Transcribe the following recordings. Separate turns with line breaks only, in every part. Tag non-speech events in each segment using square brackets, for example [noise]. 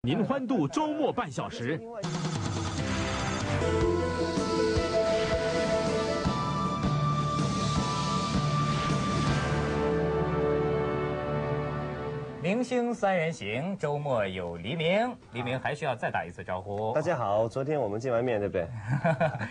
您欢度周末半小时。
明星三人行，周末有黎明，黎明还需要再打一次招呼
大。家好，昨天我们见完面，对不对？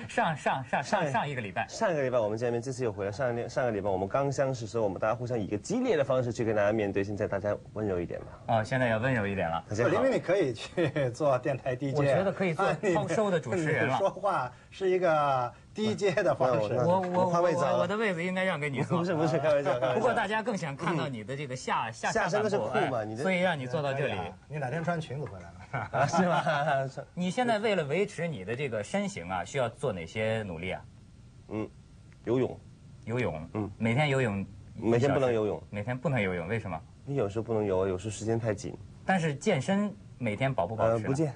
上上上
上
上上一个礼拜，
上个礼拜我们见面，这次又回来。上个上个礼拜我们刚相识的时候，我们大家互相以一个激烈的方式去跟大家面对。现在大家温柔一点嘛。
哦，现在要温柔一点了。
大家
不，林
好
明，你可以去做电台 DJ，
我觉得可以做
啊你
超 show 的主持人了啊
你说话是一个 DJ 的方式
那。
我
我
我
换位置啊
我我的位子应该让给你坐。
不是不是开玩笑，开玩笑。
不过大家更想看到你的这个下下
嗯下身
半
都是
部
裤
哎
嘛你这
所以让你坐到这里。
哎呀你哪天穿裙子回来了？
啊是 [laughs] 吧？是
你现在为了维持你的这个身形啊，需要做哪些努力啊？
嗯，游泳，
游泳，
嗯
每天游泳，
每天不能游泳，
每天不能游泳，为什么？
你有时候不能游，有时候时间太紧。
但是健身每天保不保
呃，
持呢？
不
[laughs]
见。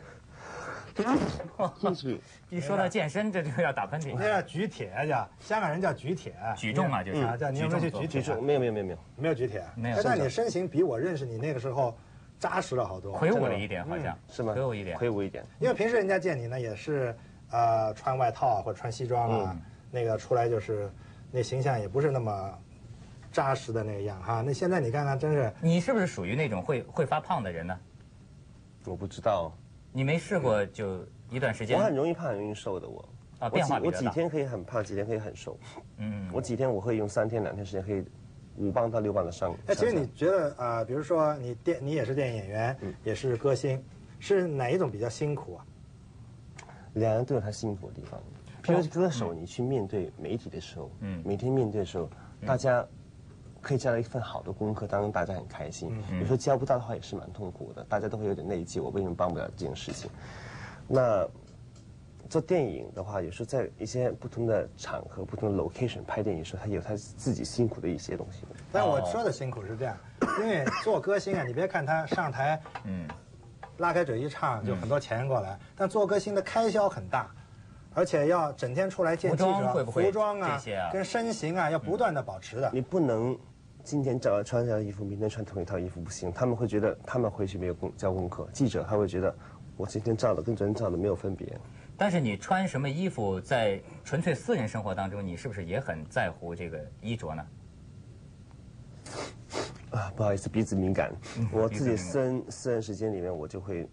一说到健身，这就要打喷
[laughs]
嚏。
那叫举铁叫香港人叫举铁，
举重嘛就是
啊，叫你有没有去举
体
铁？
[laughs] 重没有没有没有没有，
没有举铁，
没有
哎但你身形比我认识你那个时候扎实了好多。
魁梧了一点，好像
嗯是吗？
魁梧一点。
魁梧一点。
因为平时人家见你呢，也是呃穿外套啊或者穿西装
嗯
啊，那个出来就是那形象也不是那么扎实的那个样哈。那现在你看看，真是
你是不是属于那种会会发胖的人呢？
我不知道，
你没试过就一段时间
我很容易胖，很容易瘦的我。
啊，
我
变
几
化比
我
较
几
大。
天可以很胖，几天可以很瘦。
嗯，
我几天我会用三天两天时间可以五磅到六磅的上。
哎，其实
上
你觉得啊、呃比如说你电，你也是电影演员，
嗯
也是歌星，是哪一种比较辛苦啊？
两人都有他辛苦的地方。譬如歌手，你去面对媒体的时候，
嗯
每天面对的时候，大家可以交到一份好的功课，当然大家很开心。有时候交不到的话也是蛮痛苦的，大家都会有点内疚，我为什么帮不了这件事情？那做电影的话，有时候在一些不同的场合、不同的 location 拍电影的时候，他有他自己辛苦的一些东西。
哦
但我说的辛苦是这样，因为做歌星啊，你别看他上台，嗯，拉开嘴一唱就很多钱过来，
嗯
但做歌星的开销很大。而且要整天出来见记者，
服装会不会
服装啊
这些啊
跟身形啊，要不断的保持的。
你不能今天找穿这套衣服，明天穿同一套衣服不行，他们会觉得他们回去没有功交功课，记者他会觉得我今天照的跟昨天照的没有分别。
但是你穿什么衣服，在纯粹私人生活当中，你是不是也很在乎这个衣着呢？
啊，不好意思，鼻子敏感。我自
嗯
己
鼻子
私人私人时间里面，我就会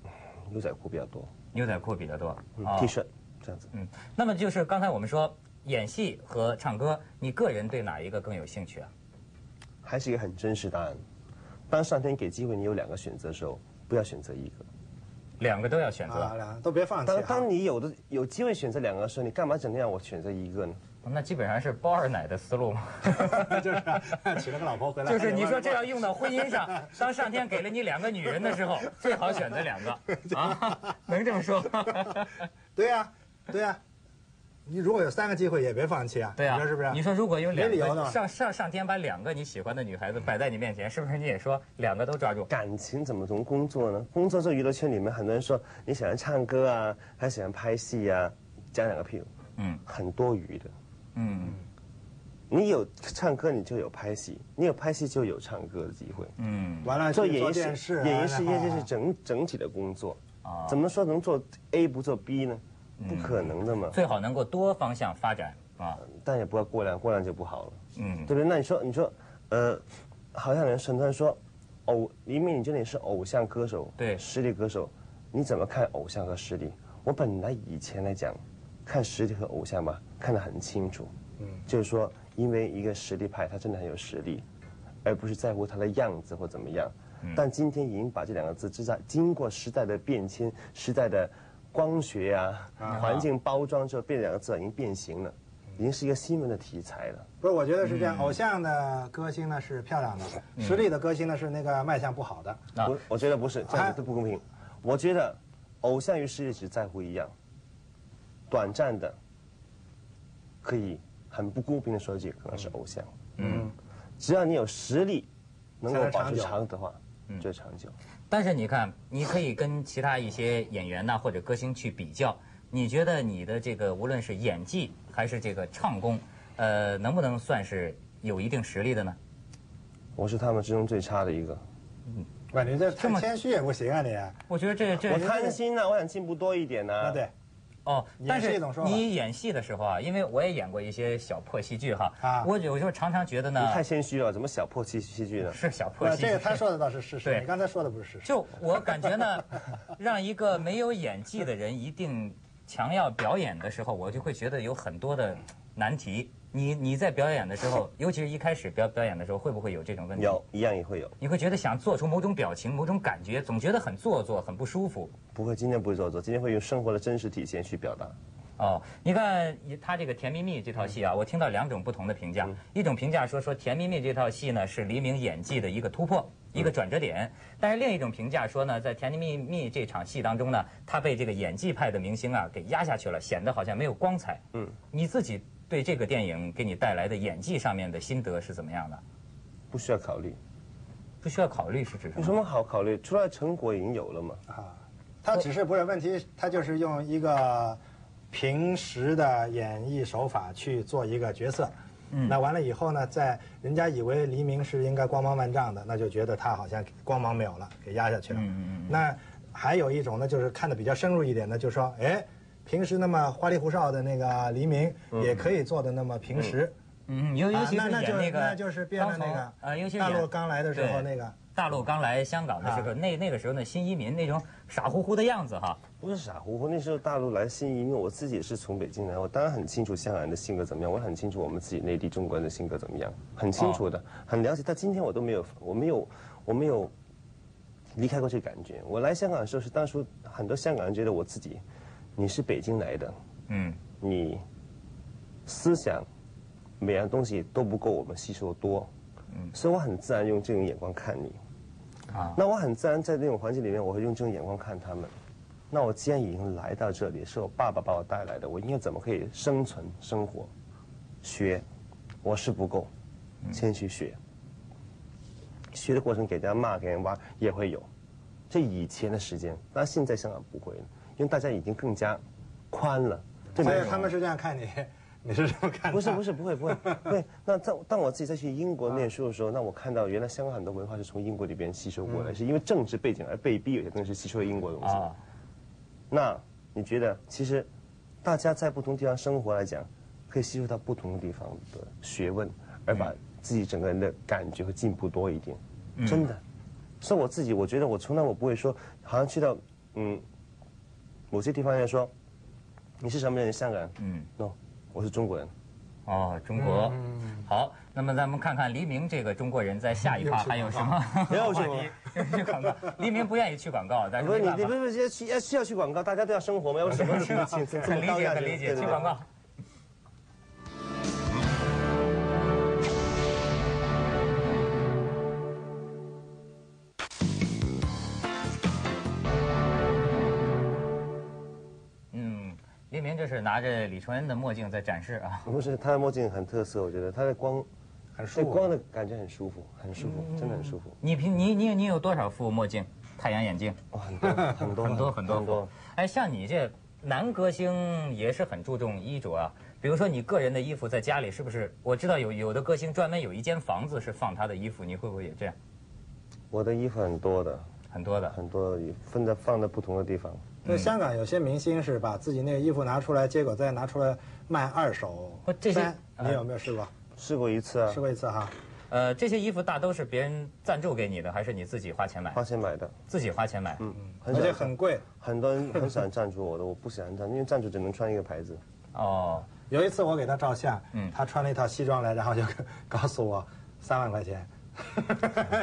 牛仔裤比较多、
牛仔裤比较多
嗯
啊
t 恤这样子。
嗯，那么就是刚才我们说演戏和唱歌，你个人对哪一个更有兴趣啊？
还是一个很真实答案。当上天给机会你有两个选择的时候，不要选择一个。
两个都要选择。
啊，两都别放弃、
当
啊。
当你有的有机会选择两个的时候，你干嘛整天让我选择一个呢？
那基本上是包二奶的思路 [laughs] 嘛，
[laughs] 就是啊娶了个老婆回来，
就是你说这要用到婚姻
[laughs]
上，当上天给了你两个女人的时候，最好选择两
[laughs]
个啊，能这么说？
对呀、对呀、你如果有三个机会也别放弃啊，
对啊，
你说是不是？
你说如果有两
没理由的
个
嘛
上上上天把两个你喜欢的女孩子摆在你面前，是不是你也说两个都抓住？
感情怎么从工作呢？工作这娱乐圈里面，很多人说你喜欢唱歌啊，还喜欢拍戏啊，讲两个屁，
嗯
很多余的。
嗯
你有唱歌，你就有拍戏；你有拍戏，就有唱歌的机会。
嗯，
完了
做
去
演艺
做
事
电视啊、
演艺事业
然后
就是整整体的工作
啊嗯
怎么说能做 A 不做 B 呢？不可能的嘛，
最好能够多方向发展啊。
但也不要过量，过量就不好了，
嗯
对不对？那你说，你说，呃，好像有人很多人说，偶黎明，你觉得你是偶像歌手，
对
实力歌手，你怎么看偶像和实力？我本来以前来讲，看实力和偶像吧，看得很清楚，嗯，就是说，因为一个实力派，他真的很有实力，而不是在乎他的样子或怎么样。但今天已经把这两个字，知在经过时代的变迁、时代的光学啊、环境包装之后，变两个字已经变形了，已经是一个新闻的题材了。
不是，我觉得是这样。偶像的歌星呢是漂亮的，实力的歌星呢是那个卖相不好的。
啊
我我觉得不是，这样子都不公平。我觉得，偶像与实力只在乎一样，短暂的，可以很不公平的说一句，可能是偶像。嗯，只要你有实力，能够
才能
保持
长久
长的话，就长久。
但是你看，你可以跟其他一些演员呐、或者歌星去比较，你觉得你的这个无论是演技还是这个唱功，呃，能不能算是有一定实力的呢？
我是他们之中最差的一个。
我感觉这
这
太
么
谦虚也不行啊你！
我觉得这这
我贪心啊呐、我想进步多一点呐、
啊对，
哦，
也
但
是
是
一种说法
你演戏的时候啊，因为我也演过一些小破戏剧哈，
啊
我有时候常常觉得
你太
呢，
谦虚了，怎么小破戏戏剧呢？
是小破
呃
戏剧，
这个他说的倒是事实，
对
你刚才说的不是事实。
就我感觉呢，让一个没有演技的人一定强要表演的时候，我就会觉得有很多的难题。你你在表演的时候，尤其是一开始表表演的时候，会不会有这种问题？
有，一样也会有。
你会觉得想做出某种表情、某种感觉，总觉得很做作、很不舒服。
不会，今天不会做作，今天会用生活的真实体现去表达。
哦，你看以他这个《甜蜜蜜》这套
嗯
戏啊，我听到两种不同的评价。一种评价说说《甜蜜蜜》这套戏呢是黎明演技的一个突破，
嗯
一个转折点。但是另一种评价说呢，在《甜蜜蜜》这场戏当中呢，他被这个演技派的明星啊给压下去了，显得好像没有光彩。嗯，你自己对这个电影给你带来的演技上面的心得是怎么样的？
不需要考虑，
不需要考虑是指什
有
么？
什么好考虑？出来成果已经有了嘛。
啊，他只是不是问题，他就是用一个平时的演绎手法去做一个角色。嗯，那完了以后呢，在人家以为黎明是应该光芒万丈的，那就觉得他好像光芒没有了，给压下去了。嗯嗯嗯。那还有一种呢，就是看的比较深入一点的，就说，哎，平时那么花里胡哨的那个黎明，
嗯
也可以做的那么平实。
嗯，尤尤其
啊
是
那那就
演那个，
那就是变得那个
呃，
嗯
尤其是
大
演
陆刚来的时
对
候那个
大陆刚来香港的时候，
啊
那那个时候呢，新移民那种傻乎乎的样子哈，
不是傻乎乎，那时候大陆来新移民，我自己也是从北京来，我当然很清楚香港人的性格怎么样，我很清楚我们自己内地中国人的性格怎么样，很清楚的，很了解。但今天我都没有，我没有，我没有离开过这个感觉。我来香港的时候是当初很多香港人觉得我自己，你是北京来的，
嗯，
你思想每样东西都不够我们吸收多，
嗯
所以我很自然用这种眼光看你。
啊
那我很自然在那种环境里面，我会用这种眼光看他们。那我既然已经来到这里，是我爸爸把我带来的，我应该怎么可以生存、生活、学？我是不够，
嗯
先去学。学的过程给人家骂、给人挖也会有，这以前的时间，那现在香港不会了，因为大家已经更加宽了。对
所
每
以
个
他们是这样看你， [laughs] 你是这么看
[laughs]
他？
不是不是不会不会不会。那当当我自己再去英国念书的时候，那我看到原来香港很多文化是从英国里边吸收过来，是因为政治背景而被逼有些东西吸收了英国的东西。
嗯啊，
那你觉得其实大家在不同地方生活来讲，可以吸收到不同的地方的学问，而
嗯
把自己整个人的感觉会进步多一点，真的。所以我自己，我觉得我从来我不会说，好像去到嗯某些地方人家说你是什么人，香港人，
嗯
嗯，no，我是中国人。
哦，中国，
嗯
好，那么咱们看看黎明这个中国人在下一趴还有什么话
又
题
是广告？
又 [laughs] 是广告，黎明不愿意去广告，但是
不是
没
你，
办
你
法
不，是不是需要需要去广告，大家都要生活嘛，要不什么事
[laughs]
情这
很
么
理
高
解，
下
很
去
理解，
对
去
对
广告。嗯，黎明这是拿着李承恩的墨镜在展示啊，
对不是他的墨镜很特色，我觉得他的光，
很
对
舒服
哎光。的感觉很舒服，很舒服，真的很舒服。
你平你你你有多少副墨镜？太阳眼镜？
哇，很多很
很多
多
很
很
多
很多。。
哎，像你这男歌星也是很注重衣着啊，比如说你个人的衣服在家里是不是？我知道有有的歌星专门有一间房子是放他的衣服，你会不会也这样？
我的衣服很多的，
很多的。
很多衣服分在放在不同的地方。
对，香港有些明星是把自己那个衣服拿出来，结果再拿出来卖二手
不这些
衫你有没有试过？
试过一次啊
试，过一次哈。
呃，这些衣服大都是别人赞助给你的，还是你自己花钱买？
花钱买的，
自己花钱买。
嗯，很
而且
少
很贵。
很多人很喜欢赞助我的，我不喜欢赞助，因为赞助只能穿一个牌子。
哦，
有一次我给他照相，
嗯
他穿了一套西装来，然后就告诉我三万块钱，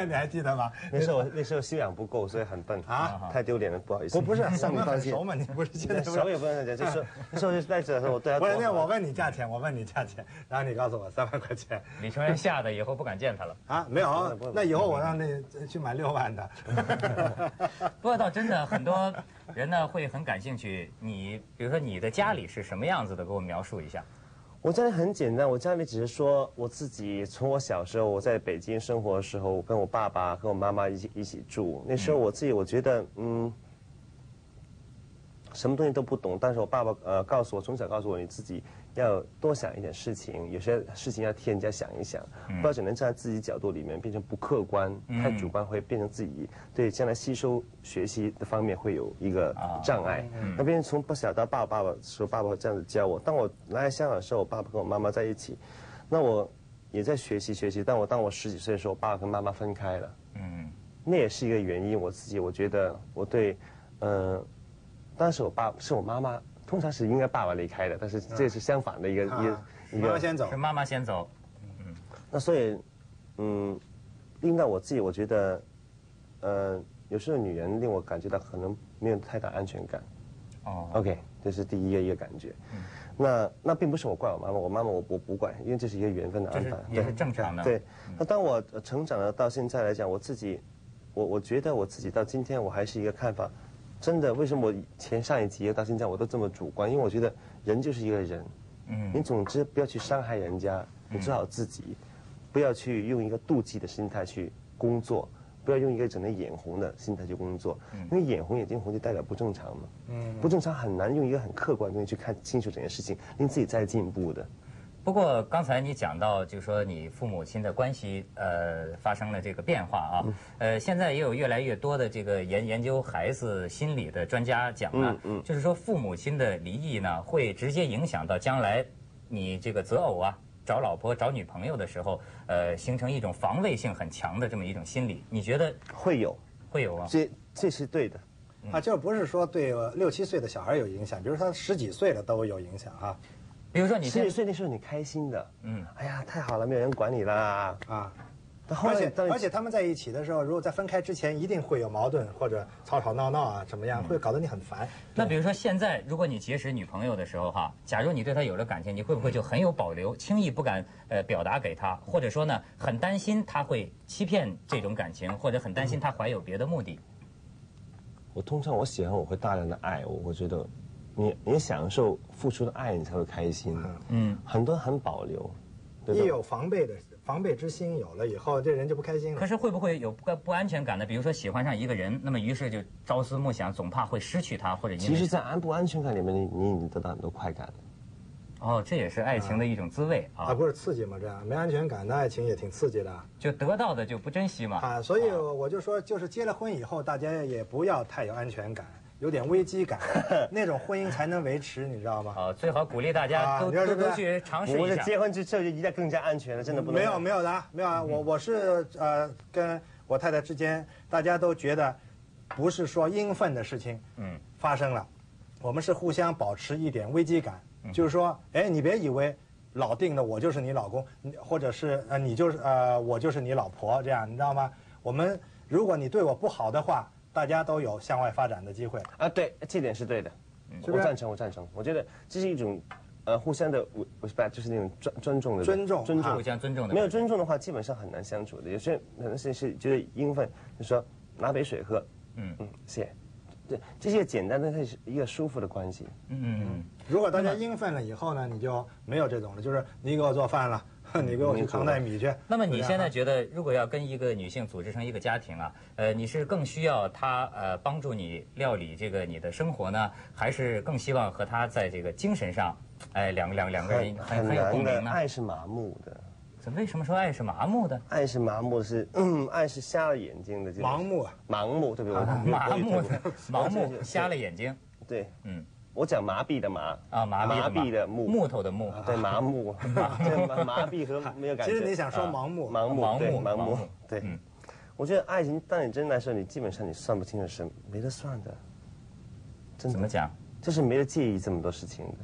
你还记得吗？
那时候我那时候修养不够，所以很笨
啊，
太丢脸了，不好意思。
我不是，
向
我
你
们
道
很
歉
熟。嘛，你不是现在不
手
是？
也不能讲，就是那时候就是带着的时候，我对他
不
多
是，
好。
那我问你价钱，我问你价钱，然后你告诉我三万块钱
李承恩吓得以后不敢见他了。
啊？没
不会
有
不会，
那以后我让那去买六万的。
不过倒真的很多人呢会很感兴趣，你比如说你的家里是什么样子的，给我描述一下。
我家里很简单，我家里只是说我自己从我小时候我在北京生活的时候，我跟我爸爸跟我妈妈一起一起住。那时候我自己我觉得，嗯，什么东西都不懂，但是我爸爸呃告诉我，从小告诉我，你自己要多想一点事情，有些事情要替人家想一想，不要只能站在自己角度里面，变成不客观、太主观，会变成自己对将来吸收学习的方面会有一个障碍。那变成从不小到爸爸爸爸说，爸爸这样子教我。当我来香港的时候，我爸爸跟我妈妈在一起，那我也在学习学习。但我当我十几岁的时候，我爸爸跟妈妈分开了。
嗯
那也是一个原因。我自己我觉得我对，呃，当时我爸是我妈妈，通常是应该爸爸离开的，但是这是相反的一个、一个
啊，
一
妈妈
个。
先走
是，妈妈先走，
那所以，嗯，令到我自己我觉得，呃，有时候女人令我感觉到可能没有太大安全感。
哦，
OK，这是第一个一个感觉。
嗯
那那并不是我怪我妈妈，我妈妈我我不怪，因为这是一个缘分的
这
安
是
排。
也是正常的。
嗯
嗯
对，那当我呃成长了到现在来讲，我自己，我我觉得我自己到今天我还是一个看法，真的，为什么我以前上一集到现在我都这么主观？因为我觉得人就是一个人，
嗯
你总之不要去伤害人家，你做好自己，不要去用一个妒忌的心态去工作，不要用一个整天眼红的心态去工作，
嗯
因为眼红眼睛红就代表不正常嘛，不正常很难用一个很客观的东西去看清楚整件事情，令自己在进步的。
不过刚才你讲到，就说你父母亲的关系呃发生了这个变化啊，呃，现在也有越来越多的这个研研究孩子心理的专家讲呢，就是说父母亲的离异呢，会直接影响到将来你这个择偶啊。找老婆、找女朋友的时候，呃，形成一种防卫性很强的这么一种心理，你觉得
会有，
会有吗？
这这是对的。嗯
啊，就是不是说对呃六七岁的小孩有影响，比如说他十几岁了都有影响啊哈
比如说你
十
现
几岁那时候你开心的，
嗯
嗯，哎呀，太好了，没有人管你啦。
啊。
但后
而
来
且
当你
而且他们在一起的时候，如果在分开之前，一定会有矛盾或者吵吵闹闹啊，怎么
嗯
样，会搞得你很烦。
那比如说现在，如果你结识女朋友的时候哈，假如你对她有了感情，你会不会就很有保留，轻易不敢呃表达给她，或者说呢，很担心她会欺骗这种感情，或者很担心她怀有别的目的？
我通常我喜欢我会大量的爱，我会觉得你你享受付出的爱，你才会开心。嗯，很多人很保留，
一
对吧？
有防备的防备之心有了以后，这人就不开心了
可。是会不会有不不安全感呢？比如说喜欢上一个人，那么于是就朝思暮想，总怕会失去他，或者因
其
为
实，在安不安全感里面，你你已经得到很多快感了。
哦，这也是爱情的一种滋味
啊，
啊，
不是刺激吗？这样没安全感的爱情也挺刺激的啊
就得到的就不珍惜嘛。
啊！所以
哦
我就说，就是结了婚以后，大家也不要太有安全感，有点危机
[laughs]
感，那种婚姻才能维持，你知道吗？
啊，最好鼓励大家
啊
都
你说
都
是不是
都去尝试
我
一
是
下。
结婚之后就一定要更加安全了，真的不能嗯
没有没有的啊，没有啊，我我是呃跟我太太之间，大家都觉得不是说应分的事情，
嗯，
发生了，我们是互相保持一点危机感，
嗯
就是说，哎，你别以为老定的我就是你老公，你或者是呃你就是呃我就是你老婆这样，你知道吗？我们如果你对我不好的话，大家都有向外发展的机会。
啊，对，这点是对的，
嗯
是不
我
是
赞成，我赞成。我觉得这是一种，呃，互相的 respect，就是那种尊尊重的
尊重
尊重
啊
互相尊重的
没有
感
尊重的话，基本上很难相处的。有些很多事情是觉得应分，就说拿杯水喝，嗯嗯，谢谢。对，这些简单的，它是一个舒服的关系。
嗯嗯嗯。
如果大家应分了以后呢，你就没有这种了，就是你给我做饭了， [laughs] 哼你给我去扛袋米去。
那么你
对啊
现在觉得，如果要跟一个女性组织成一个家庭啊，呃，你是更需要她呃帮助你料理这个你的生活呢，还是更希望和她在这个精神上，哎，两个两两个人很很有
难
共
的
鸣，啊呢？
爱是麻木的，
怎么为什么说爱是麻木的？
爱是麻木的是，嗯，爱是瞎了眼睛的，这种
盲目啊，
盲目，对不对？我
麻木的，
我
[laughs] 盲
也 [laughs]
目，瞎了眼睛
对，
嗯
嗯，我讲麻痹的麻
啊，麻痹的
痹的木
木头的木，
[laughs] 对，麻
[laughs]
木，对麻麻痹和没有感
其
觉。啊
实你想说盲目，
盲目，
盲目
对，
盲
盲
目
目，对。我觉得爱情，当你真来的时候，你基本上你算不清楚是没得算的，真
怎么
的，
讲？
就是没得介意这么多事情的，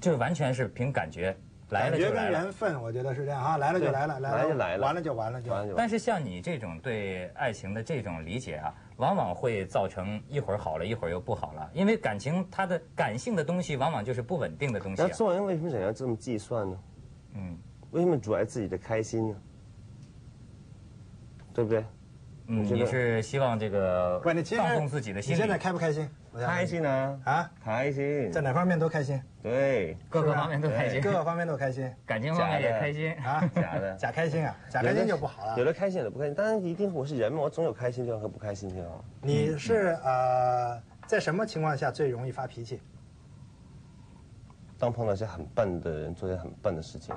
就是完全是凭感觉，来
感
了
觉
就
跟
来了。
缘分，我觉得是这样啊，来了就
对
来了，
来就来了
完了就完了就。
完了就
但是像你这种对爱情的这种理解啊，往往会造成一会儿好了，一会儿又不好了，因为感情它的感性的东西往往就是不稳定的东西、
那
啊。
做人为什么想要这么计算呢？
嗯
为什么阻碍自己的开心呢？对不对？
嗯，
我觉得
你是希望这个
不，你其实
放纵自己的心
你现在
理，
开不开心？我想问
开
你
心啊，
啊，
开心
在，哪方面都开心，
对，。
各个方面都开心，
各个方面都开心
感情方面也开心。
啊
[laughs]
[laughs]
假的。 [laughs]
假开心啊，假开心就不好
有的
了。
开心，有的不开心。当然，一定我是人嘛，我总有开心地方和不开心地方。
你是呃，在什么情况下最容易发脾气？
当碰到一些很笨的人做一些很笨的事情，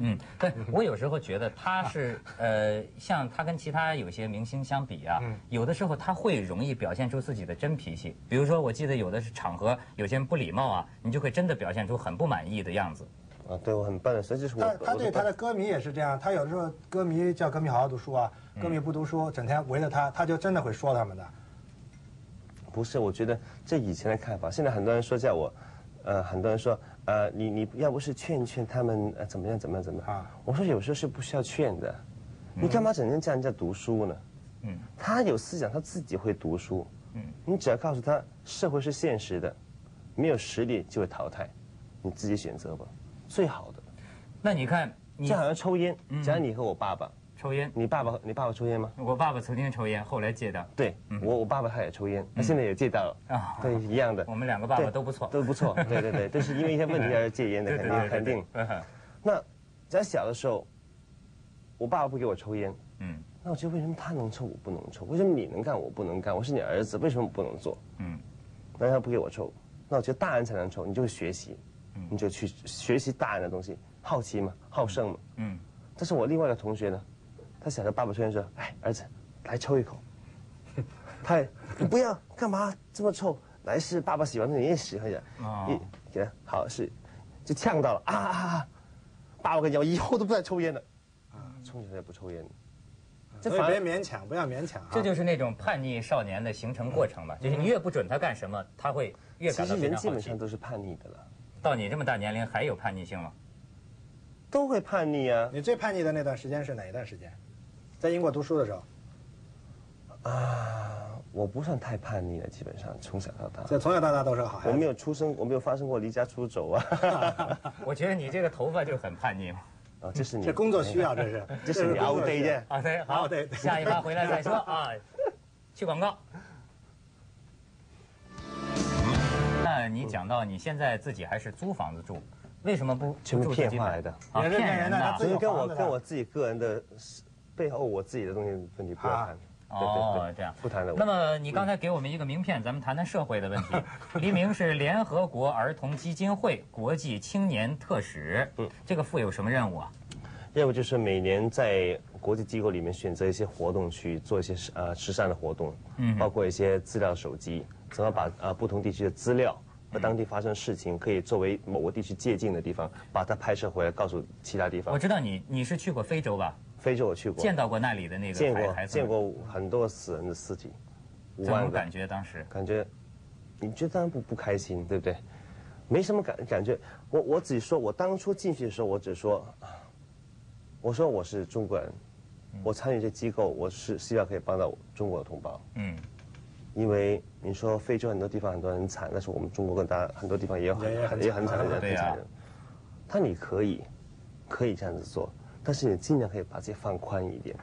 嗯，对，我有时候觉得他是呃，像他跟其他有些明星相比啊，
嗯
有的时候他会容易表现出自己的真脾气。比如说，我记得有的是场合，有些人不礼貌啊，你就会真的表现出很不满意的样子。
啊，对我很笨的事，这是我
他
我
他对
笨
他的歌迷也是这样，他有的时候歌迷叫歌迷好好读书啊，
嗯
歌迷不读书，整天围着他，他就真的会说他们的。
不是，我觉得这以前的看法，现在很多人说叫我，呃，很多人说，呃，你你要不是劝劝他们，呃，怎么样怎么样怎么样？
啊
我说有时候是不需要劝的，你干嘛整天叫人家读书呢？
嗯
他有思想，他自己会读书。
嗯
你只要告诉他，社会是现实的，没有实力就会淘汰，你自己选择吧，最好的。
那你看，你嗯
就好像抽烟，假如你和我爸爸，
抽烟，
你爸爸你爸爸抽烟吗？
我爸爸曾经抽烟，后来戒掉。
对，我我爸爸他也抽烟，他现在也戒掉了，
嗯啊
对，一样的。
我们两个爸爸
对
都不错
都不错。对对对，都是因为一些问题而戒烟的，
对
肯
对嗯
定
对，
肯
对
定。。
对
那在小的时候，我爸爸不给我抽烟，
嗯
那我觉得为什么他能抽我不能抽？为什么你能干我不能干？我是你儿子，为什么我不能做？
嗯
那他不给我抽，那我觉得大人才能抽，你就会学习，
嗯
你就去学习大人的东西，好奇嘛，好胜嘛。
嗯，
但是我另外一个同学呢，他想着爸爸抽烟说：“哎，儿子，来抽一口。” [laughs] 他也你不要干嘛这么臭？来是爸爸喜欢的，你也喜欢呀。
哦
啊
一给他好是，就呛到了啊啊啊！爸爸跟你讲，我以后都不再抽烟了。啊，从小也不抽烟了。这
所以
反
别
而
勉强，不要勉强啊。
这就是那种叛逆少年的形成过程吧，就是你越不准他干什么，他会越
其
感
实
到非
人
常
基
好
本
奇
上。都是叛逆的了，
到你这么大年龄还有叛逆性吗？
都会叛逆啊。
你最叛逆的那段时间是哪一段时间？在英国读书的时候，
我不算太叛逆了，基本上从小到大
就，从小到大都是个好孩
我
子。
没有出生，我没有发生过离家出走啊。
[laughs] 我觉得你这个头发就很叛逆嘛。
啊，这是你
这工作需要，这是
嗯这是你
工作
out
需
day
要
的。
啊，对，好，
好对对
下一趴回来再说啊。去广告。那你讲到你现在自己还是租房子住，为什么不
全部
不住自
骗
己
回
买
来的
啊，
也是
骗
骗
人
人
的
的
啊
他
所
自
以
己
跟我
有房子的
跟我自己个人的背后我自己的东西问题不要谈
啊，
对对
哦
对，，
这样
不谈了。
那么你刚才给我们一个名片，咱们谈谈社会的问 [laughs] 题。黎明是联合国儿童基金会国际青年特使，
嗯
这个负有什么任务啊？
要不就是每年在国际机构里面选择一些活动去做一些时呃慈善的活动，
嗯
包括一些资料收集，怎么把呃不同地区的资料和当地发生的事情，可以作为某个地区借鉴的地方，把它拍摄回来，告诉其他地
我
方。
知道你你是去过非洲吧，
非洲我去过，
见到过那里的那
见
个孩
过
孩子
见
们，
过很多死人的尸体，五
怎么
万个
感。觉当时？
感觉，你觉得当然不不开心，对不对？没什么感感觉。我我只说，我当初进去的时候，我只说，啊我说我是中国人，
嗯
我参与这机构，我是希望可以帮到中国的同胞。
嗯。
因为你说非洲很多地方很多人很惨，但是我们中国跟大很多地方也有很
也也很
也很惨的人，
对
很
啊
惨的人。但你可以，可以这样子做，但是你尽量可以把自己放宽一点。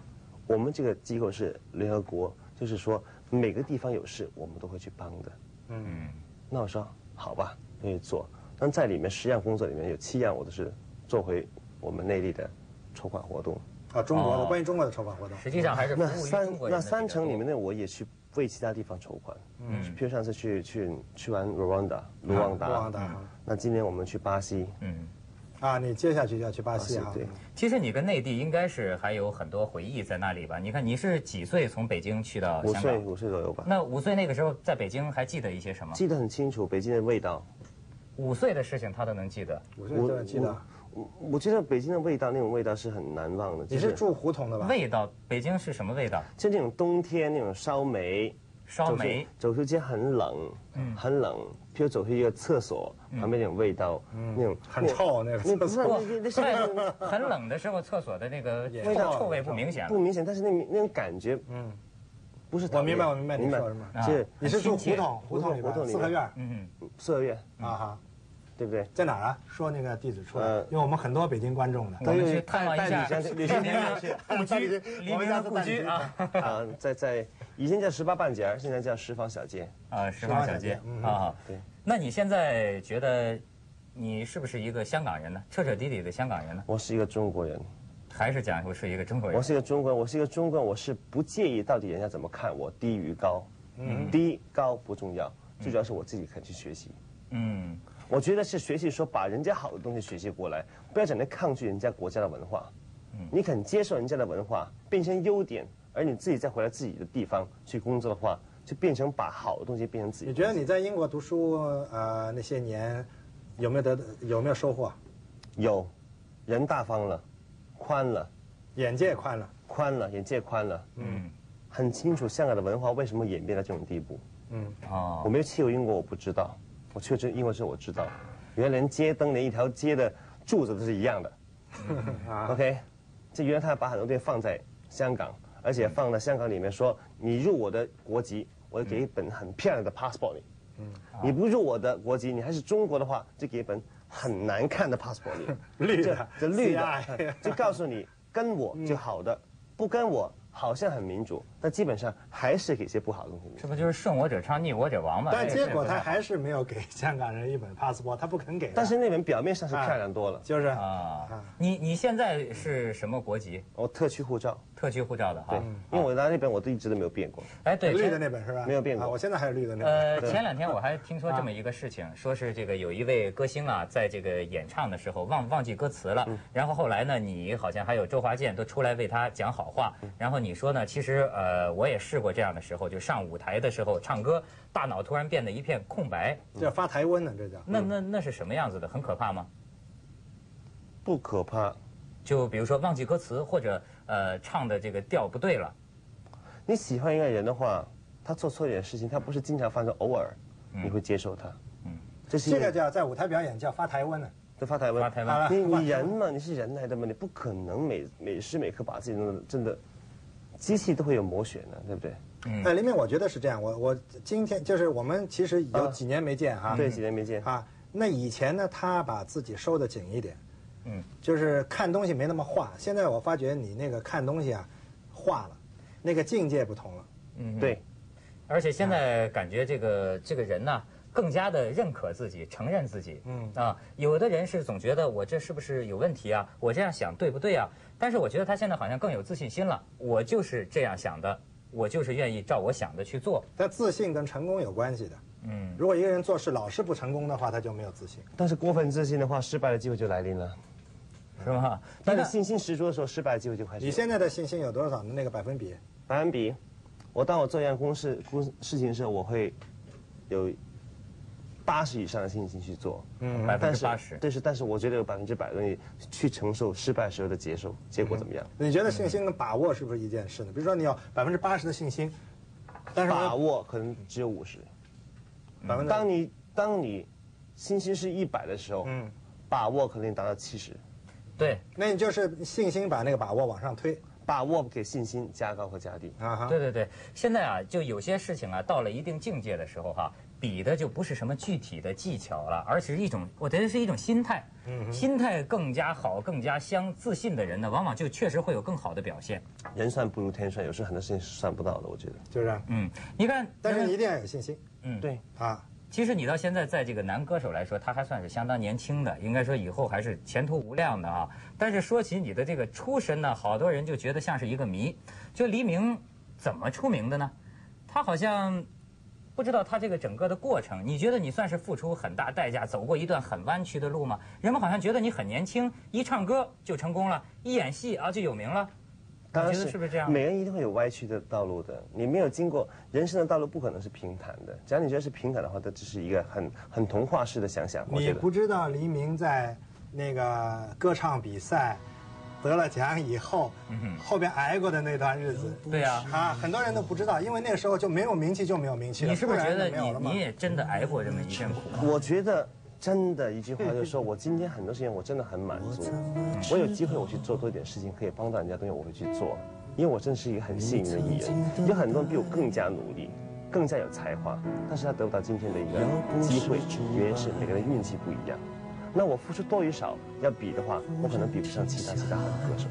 我们这个机构是联合国，就是说每个地方有事，我们都会去帮的。
嗯，
那我说好吧，可以做。但在里面十样工作里面有七样我都是做回我们内地的筹款活动，
啊，中国的
哦
关于中国的筹款活动，
实际上还是服
那
务于中
三
国人的
那三
这个
成里面的我也去为其他地方筹款，嗯，譬如上次去去去完卢旺达，卢旺达，
啊卢旺达
那今年我们去巴西，
嗯，
啊，你接下去就要去巴西啊。
对，
其实你跟内地应该是还有很多回忆在那里吧？你看你是几岁从北京去到
五
啊香
岁
港？
五岁左右吧，
那五岁那个时候在北京还记得一些什么？
记得很清楚北京的味道，
五岁的事情他都能记得，
我就记得
我我觉得北京的味道那种味道是很难忘的，
你
就是
住胡同的吧？
味道北京是什么味道？
就那种冬天那种烧煤，
烧煤，
走出走出街很冷，
嗯
很冷。譬如走去一个厕所，旁边那种味道，那种
嗯很臭那个
那不是
厕所
那那是
在 [laughs] 很冷的时候，厕所的那个
也
味道
臭
臭味不明显
不
了。
明显，但是那那种感觉，嗯，不是特别。
我明白我明白你
明白
说什么
就
啊
是
你是
亲
住胡
切
同，胡同里
胡同
边
里
四合
边
院儿
嗯，
四合院，
啊哈，
对
[laughs]
不对？
在哪儿啊？说那个地址出来
呃，嗯
因为我们很多北京观众的。
我们去探望一
带
下
你下去旅行
黎明的故
带你
居
去，
黎明
我们下
的
次
故
带你
居
去
啊
啊，在在以前叫十八半截儿，现在叫十坊小街。
啊，十方小街
十方小街嗯
啊。
对，
那你现在觉得你是不是一个香港人呢？彻彻底底的香港人呢？
我是一个中国人，
还是讲我是一个中国人
我？是一个中国人，我是一个中国人，我是不介意到底人家怎么看我低于高，
嗯
低高不重要，最主要是我自己肯去学习。
嗯，
我觉得是学习说把人家好的东西学习过来，不要整天抗拒人家国家的文化。你肯接受人家的文化，变成优点，而你自己再回来自己的地方去工作的话，就变成把好的东西变成自己
你
的。
觉得你在英国读书呃那些年，有没有得有没有收获？
有，人大方了，宽了，
眼界宽了，
宽了，眼界宽了。嗯，很清楚香港的文化为什么演变到这种地步。
哦，
我没有去过英国，我不知道。我去过这英国之后，我知道，原来连街灯、连一条街的柱子都是一样的。OK，这原来他把很多东西放在香港，而且放在香港里面说，你入我的国籍，我就给一本很漂亮的 passport 你。
嗯啊
你不入我的国籍，你还是中国的话，就给一本很难看的 passport 你。
[laughs] 绿
这
的
这绿
CI
的， [laughs] 就告诉你跟我就好的，不跟我好像很民主，但基本上还是给一些不好的东西。
这不就是顺我者昌，逆我者亡
哎
嘛？
但
这个
结果他
这个
还是没有给香港人一本 passport，他不肯给的。
但是那本表面上是漂亮多了。
就是
啊，你你现在是什么国籍？
我哦特区护照，
特区护照的
对
哈？，哦
因为我拿那本我都一直都没有变过。
哎，对，
绿
前
的那本是吧？
没有变过
啊我现在还是绿的 [laughs] 那本。
呃，前两天我还听说这么一个事情，说是这个有一位歌星啊，在这个演唱的时候忘忘记歌词了，然后后来呢，你好像还有周华健都出来为他讲好话，然后你说呢，其实呃，我也试过这样的时候，就上舞台的时候唱歌，大脑突然变得一片空白，
这发台湾呢，这叫。
嗯
那那那是什么样子的？很可怕吗？
不可怕，
就比如说忘记歌词，或者呃唱的这个调不对了，
你喜欢一个人的话，他做错一点事情，他不是经常发生，偶尔你会接受他。嗯，这是一
这个叫在舞台表演叫发台湾呢。
这发台湾，
发台湾
你你人嘛，你是人来的嘛，你不可能每每时每刻把自己弄得真的，机器都会有磨损的，对不对？
哎，林明，我觉得是这样。我我今天就是我们其实有几年没见哈。
啊对，几年没见，
啊，那以前呢，他把自己收的紧一点，
嗯，
就是看东西没那么化。现在我发觉你那个看东西啊，化了，那个境界不同了。
嗯
对，
而且
啊
现在感觉这个这个人呢、更加的认可自己，承认自己。嗯啊，有的人是总觉得我这是不是有问题啊？我这样想对不对啊？但是我觉得他现在好像更有自信心了。我就是这样想的，我就是愿意照我想的去做。
但自信跟成功有关系的。嗯，如果一个人做事老是不成功的话，他就没有自信。
但是过分自信的话，失败的机会就来临了。
是吧？
当你
那
信心十足的时候，失败的机会就开始
你
了。
现在的信心有多少的那个百分比？
百分比，我当我做一样公事公事情的时候，我会有八十以上的信心去做。嗯
百分
但
之
是
八十，
但是但是我觉得有百分之百的东西去承受失败时候的接受结果怎么样？
你觉得信心的把握是不是一件事呢？比如说你有百分之八十的信心，但是
把
呢，
握可能只有五十。
嗯
百分之
当你当你信心是一百的时候，
嗯
把握可能达到七十，
对
那你就是信心把那个把握往上推
把握给信心加高和加低。
啊哈。
对对对，现在啊，就有些事情啊，到了一定境界的时候哈、比的就不是什么具体的技巧了，而是一种，我觉得是一种心态。
嗯
心态更加好、更加相自信的人呢，往往就确实会有更好的表现。
人算不如天算，有时候很多事情是算不到的，我觉得。
就是这样，
嗯，你看，
但是
咱
你
们
一定要有信心
对，
啊。
其实你到现在，在这个男歌手来说，他还算是相当年轻的，应该说以后还是前途无量的啊。但是说起你的这个出身呢，好多人就觉得像是一个谜，就黎明怎么出名的呢？他好像不知道他这个整个的过程。你觉得你算是付出很大代价，走过一段很弯曲的路吗？人们好像觉得你很年轻，一唱歌就成功了，一演戏啊就有名了。
当然
你觉得是不是这样
每个人一定会有歪曲的道路的。你没有经过人生的道路，不可能是平坦的。只要你觉得是平坦的话，它只是一个很很童话式的想象。我
你
觉得
不知道黎明在那个歌唱比赛得了奖以后，后边挨过的那段日子。
嗯对呀、
啊，很多人都不知道，因为那个时候就没有名气，就没有名气了。
你是不是
然
觉得
就没有了
你
嘛
你也真的挨过这么一阵苦？
[laughs] 我觉得真的一句话就是说，我今天很多事情我真的很满足，我有机会我去做多一点事情，可以帮到人家东西，我会去做，因为我真是一个很幸运的艺人。有很多人比我更加努力，更加有才华，但是他得不到今天的一个机会，原因是每个人运气不一样。那我付出多与少要比的话，我可能比不上其他其他好的歌手。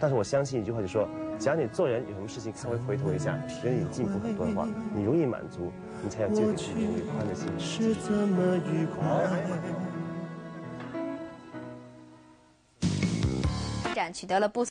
但是我相信一句话，就说，只要你做人有什么事情稍微回头一下，觉得你进步很多的话，你容易满足，你才有机会去愉快的心情。
是怎么愉快？
展取得了不